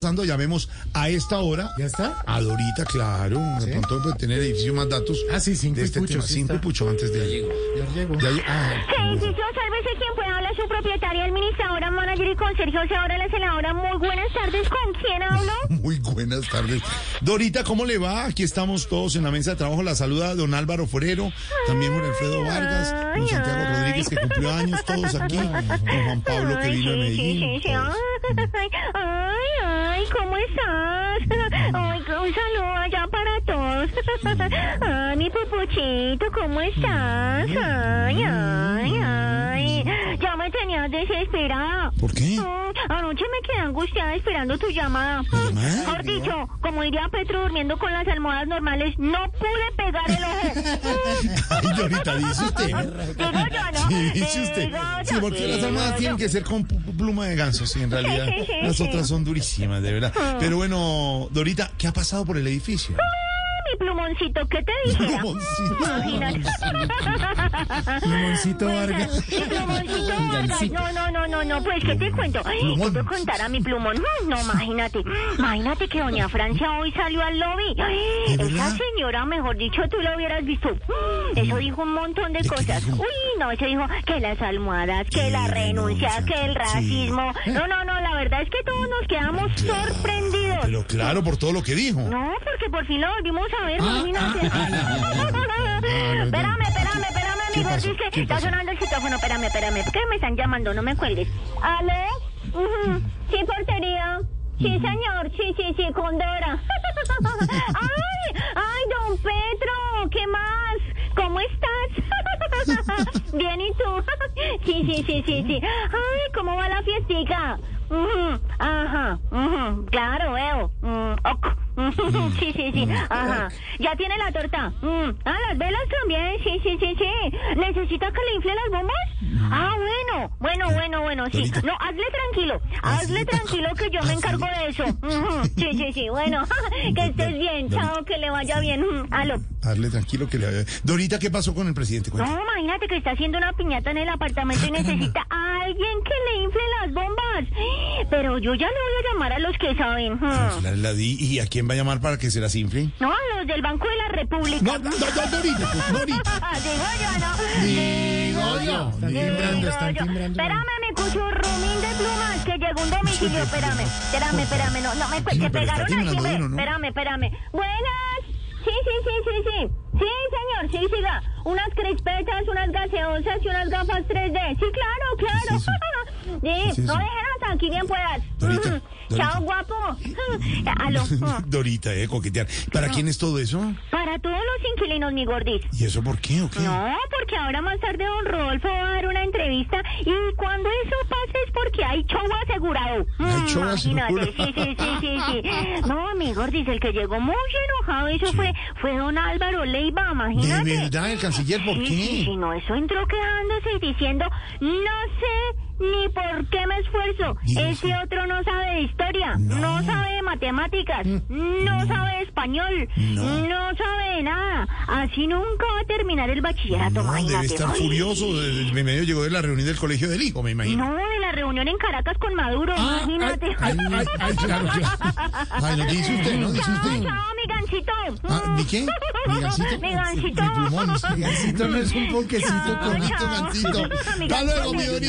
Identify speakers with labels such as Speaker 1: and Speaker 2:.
Speaker 1: Pasando, llamemos a esta hora.
Speaker 2: ¿Ya está?
Speaker 1: A Dorita, claro.
Speaker 2: ¿Sí?
Speaker 1: De pronto puede tener edificio más datos.
Speaker 2: Ah, sí, cinco
Speaker 1: de
Speaker 2: y
Speaker 1: este
Speaker 2: pucho,
Speaker 1: tema.
Speaker 2: sí
Speaker 1: Cinco y
Speaker 2: está.
Speaker 1: pucho antes de.
Speaker 2: Ya llego.
Speaker 1: Ya llegó. Ah,
Speaker 3: Que edificio, sálvese quien pueda habla su propietaria, administradora, manager y conserje, o sea, ahora la senadora. Muy buenas tardes, ¿con quién hablo?
Speaker 1: muy buenas tardes. Dorita, ¿cómo le va? Aquí estamos todos en la mesa de trabajo. La saluda don Álvaro Forero, también don Alfredo Vargas, don
Speaker 3: Ay,
Speaker 1: Santiago
Speaker 3: ay.
Speaker 1: Rodríguez, que cumplió años, todos aquí. Don Juan Pablo, que
Speaker 3: Ay,
Speaker 1: vino de
Speaker 3: sí, sí, sí,
Speaker 1: Medellín. pues.
Speaker 3: sí,
Speaker 1: todos.
Speaker 3: Ay, ay, ay, ¿cómo estás? Ay, un saludo allá para todos. Ay, mi pupuchito, ¿cómo estás? Ay, ay, ay. Ya me tenías desesperada.
Speaker 1: ¿Por qué?
Speaker 3: Mm, Anoche me quedé angustiada esperando tu llamada.
Speaker 1: llamada?
Speaker 3: Mejor dicho, como diría Petro durmiendo con las almohadas normales, no pude pegar el ojo. Mm,
Speaker 1: Ay, Dorita, dice usted.
Speaker 3: Digo yo, ¿no?
Speaker 1: Sí, dice usted.
Speaker 3: Digo yo,
Speaker 1: Sí, porque las
Speaker 3: digo
Speaker 1: almohadas
Speaker 3: yo.
Speaker 1: tienen que ser con pu- pluma de ganso, sí, en realidad.
Speaker 3: Sí, Ah. sí, sí,
Speaker 1: Las
Speaker 3: sí.
Speaker 1: otras son durísimas, de verdad. Pero bueno, Dorita, ¿qué ha pasado por el edificio?
Speaker 3: Mi plumoncito, ¿qué te dijera? Imagínate.
Speaker 2: Limoncito Vargas.
Speaker 3: Mi plumoncito, Vargas. No, no, no, no, no, pues, ¿qué te cuento? Ay, ¿Qué te contará mi plumón? Mm, No, imagínate. Imagínate que doña Francia hoy salió al lobby. Ay,
Speaker 1: ¿De
Speaker 3: Esa
Speaker 1: verdad?
Speaker 3: señora, mejor dicho, tú la hubieras visto. Mm, Eso dijo un montón de
Speaker 1: ¿De qué
Speaker 3: cosas.
Speaker 1: dijo?
Speaker 3: Uy, no, eso dijo que las almohadas,
Speaker 1: Que
Speaker 3: que las renuncias,
Speaker 1: renuncia,
Speaker 3: que el
Speaker 1: sí.
Speaker 3: racismo. No, no, no, la verdad es que todos nos quedamos sorprendidos.
Speaker 1: Pero claro, por todo lo que dijo.
Speaker 3: No, porque por fin lo volvimos a
Speaker 1: Ah,
Speaker 3: ver, imagínate. Espérame, espérame, espérame,
Speaker 1: ¿Qué
Speaker 3: mijo,
Speaker 1: pasó?
Speaker 3: es que
Speaker 1: ¿Qué
Speaker 3: está
Speaker 1: pasó?
Speaker 3: sonando el citófono, espérame, espérame, ¿por qué me están llamando? No me cuelgues. ¿Aló? Ujú, Sí, portería. Sí, señor, sí, sí, sí, con Dora. ¡Ay! ¡Ay, don Petro! ¿Qué más? ¿Cómo estás? Bien, ¿y tú? Sí, sí, sí, sí, sí. Ay, ¿cómo va la fiestica? Ujú, Ajá, ujú, claro, veo. Mm, ok. Ujú, Sí, sí, sí, ajá. Ya tiene la torta. Mm, Ah, las velas también, sí, sí, sí, sí. ¿Necesita que le infle las bombas? Ah, bueno, bueno, bueno, bueno, sí.
Speaker 1: Dorita.
Speaker 3: No, hazle tranquilo, hazle tranquilo que yo me encargo de eso. Ujú, Sí, sí, sí, bueno, que estés bien, chao, que le vaya bien. Mm, Aló.
Speaker 1: Hazle tranquilo que le Dorita, ¿qué pasó con el presidente?
Speaker 3: No,
Speaker 1: Cuente.
Speaker 3: imagínate que está haciendo una piñata en el apartamento y necesita a alguien que le infle las bombas. Pero yo ya le voy a llamar a los que saben. Hmm.
Speaker 1: La, la di, ¿Y a quién va a llamar para que se las infle?
Speaker 3: No, a los del Banco de la República.
Speaker 1: No, no, no, Dorita, pues, Dorita.
Speaker 3: Digo yo, ¿no? Digo yo.
Speaker 2: Están timbrando, están
Speaker 3: Digo yo.
Speaker 2: timbrando.
Speaker 3: Espérame, mi cuchurrumín de plumas, que llegó un domicilio. Espérame, espérame, espérame. No, no, me
Speaker 1: Sí,
Speaker 3: cuelgues. que
Speaker 1: pero está
Speaker 3: pegaron al
Speaker 1: timbrando
Speaker 3: timbre.
Speaker 1: uno, ¿no?
Speaker 3: Espérame, espérame. Buenas. Sí, sí, sí, sí, sí. Sí, señor, sí, siga. Unas crispetas, unas gaseosas y unas gafas 3D. Sí, claro, claro.
Speaker 1: es eso?
Speaker 3: Sí,
Speaker 1: es
Speaker 3: no
Speaker 1: eso?
Speaker 3: dejeras aquí bien puedas.
Speaker 1: Dorita,
Speaker 3: Ujú.
Speaker 1: Dorita.
Speaker 3: Chao, guapo. Aló.
Speaker 1: Dorita, eh, coquetear. ¿Para quién es todo eso?
Speaker 3: Para todos los inquilinos, mi gordis.
Speaker 1: ¿Y eso por qué o qué?
Speaker 3: No, porque ahora más tarde don Rodolfo va a dar una entrevista y cuando eso pase es porque hay show asegurado. Mm,
Speaker 1: Hay show
Speaker 3: Imagínate,
Speaker 1: asegurado.
Speaker 3: sí, sí, sí, sí, sí. No, mi dice el que llegó muy enojado, eso fue, fue don Álvaro Leiva,
Speaker 1: ¿De
Speaker 3: imagínate.
Speaker 1: verdad el canciller por
Speaker 3: Sí, sí, sí,
Speaker 1: qué?
Speaker 3: no, eso entró quejándose y diciendo, no sé ni por qué me esfuerzo.
Speaker 1: Dios
Speaker 3: Ese
Speaker 1: mío.
Speaker 3: otro no sabe de historia,
Speaker 1: No.
Speaker 3: no, sabe de matemáticas,
Speaker 1: no.
Speaker 3: no sabe de español,
Speaker 1: No.
Speaker 3: no. sabe de nada. Así nunca va a terminar el bachillerato,
Speaker 1: No,
Speaker 3: imagínate.
Speaker 1: debe estar
Speaker 3: Ay,
Speaker 1: furioso. de- Me medio llegó de la reunión del colegio del hijo, me imagino.
Speaker 3: No, de la reunión en Caracas con Maduro, imagínate.
Speaker 1: Ah, Ay, ay, ay, claro, claro. Ay, no dice usted, no dice
Speaker 3: Chao,
Speaker 1: usted.
Speaker 3: chao, mi gancito.
Speaker 1: Ah, ¿de qué? ¿Mi gancito?
Speaker 3: Mi gancito.
Speaker 1: Mi plumón. Mi gancito no es un poquecito,
Speaker 3: Chao,
Speaker 1: conito
Speaker 3: chao.
Speaker 1: gancito.
Speaker 3: Mi
Speaker 1: Hasta luego, mi
Speaker 3: gancito.
Speaker 1: Dorita.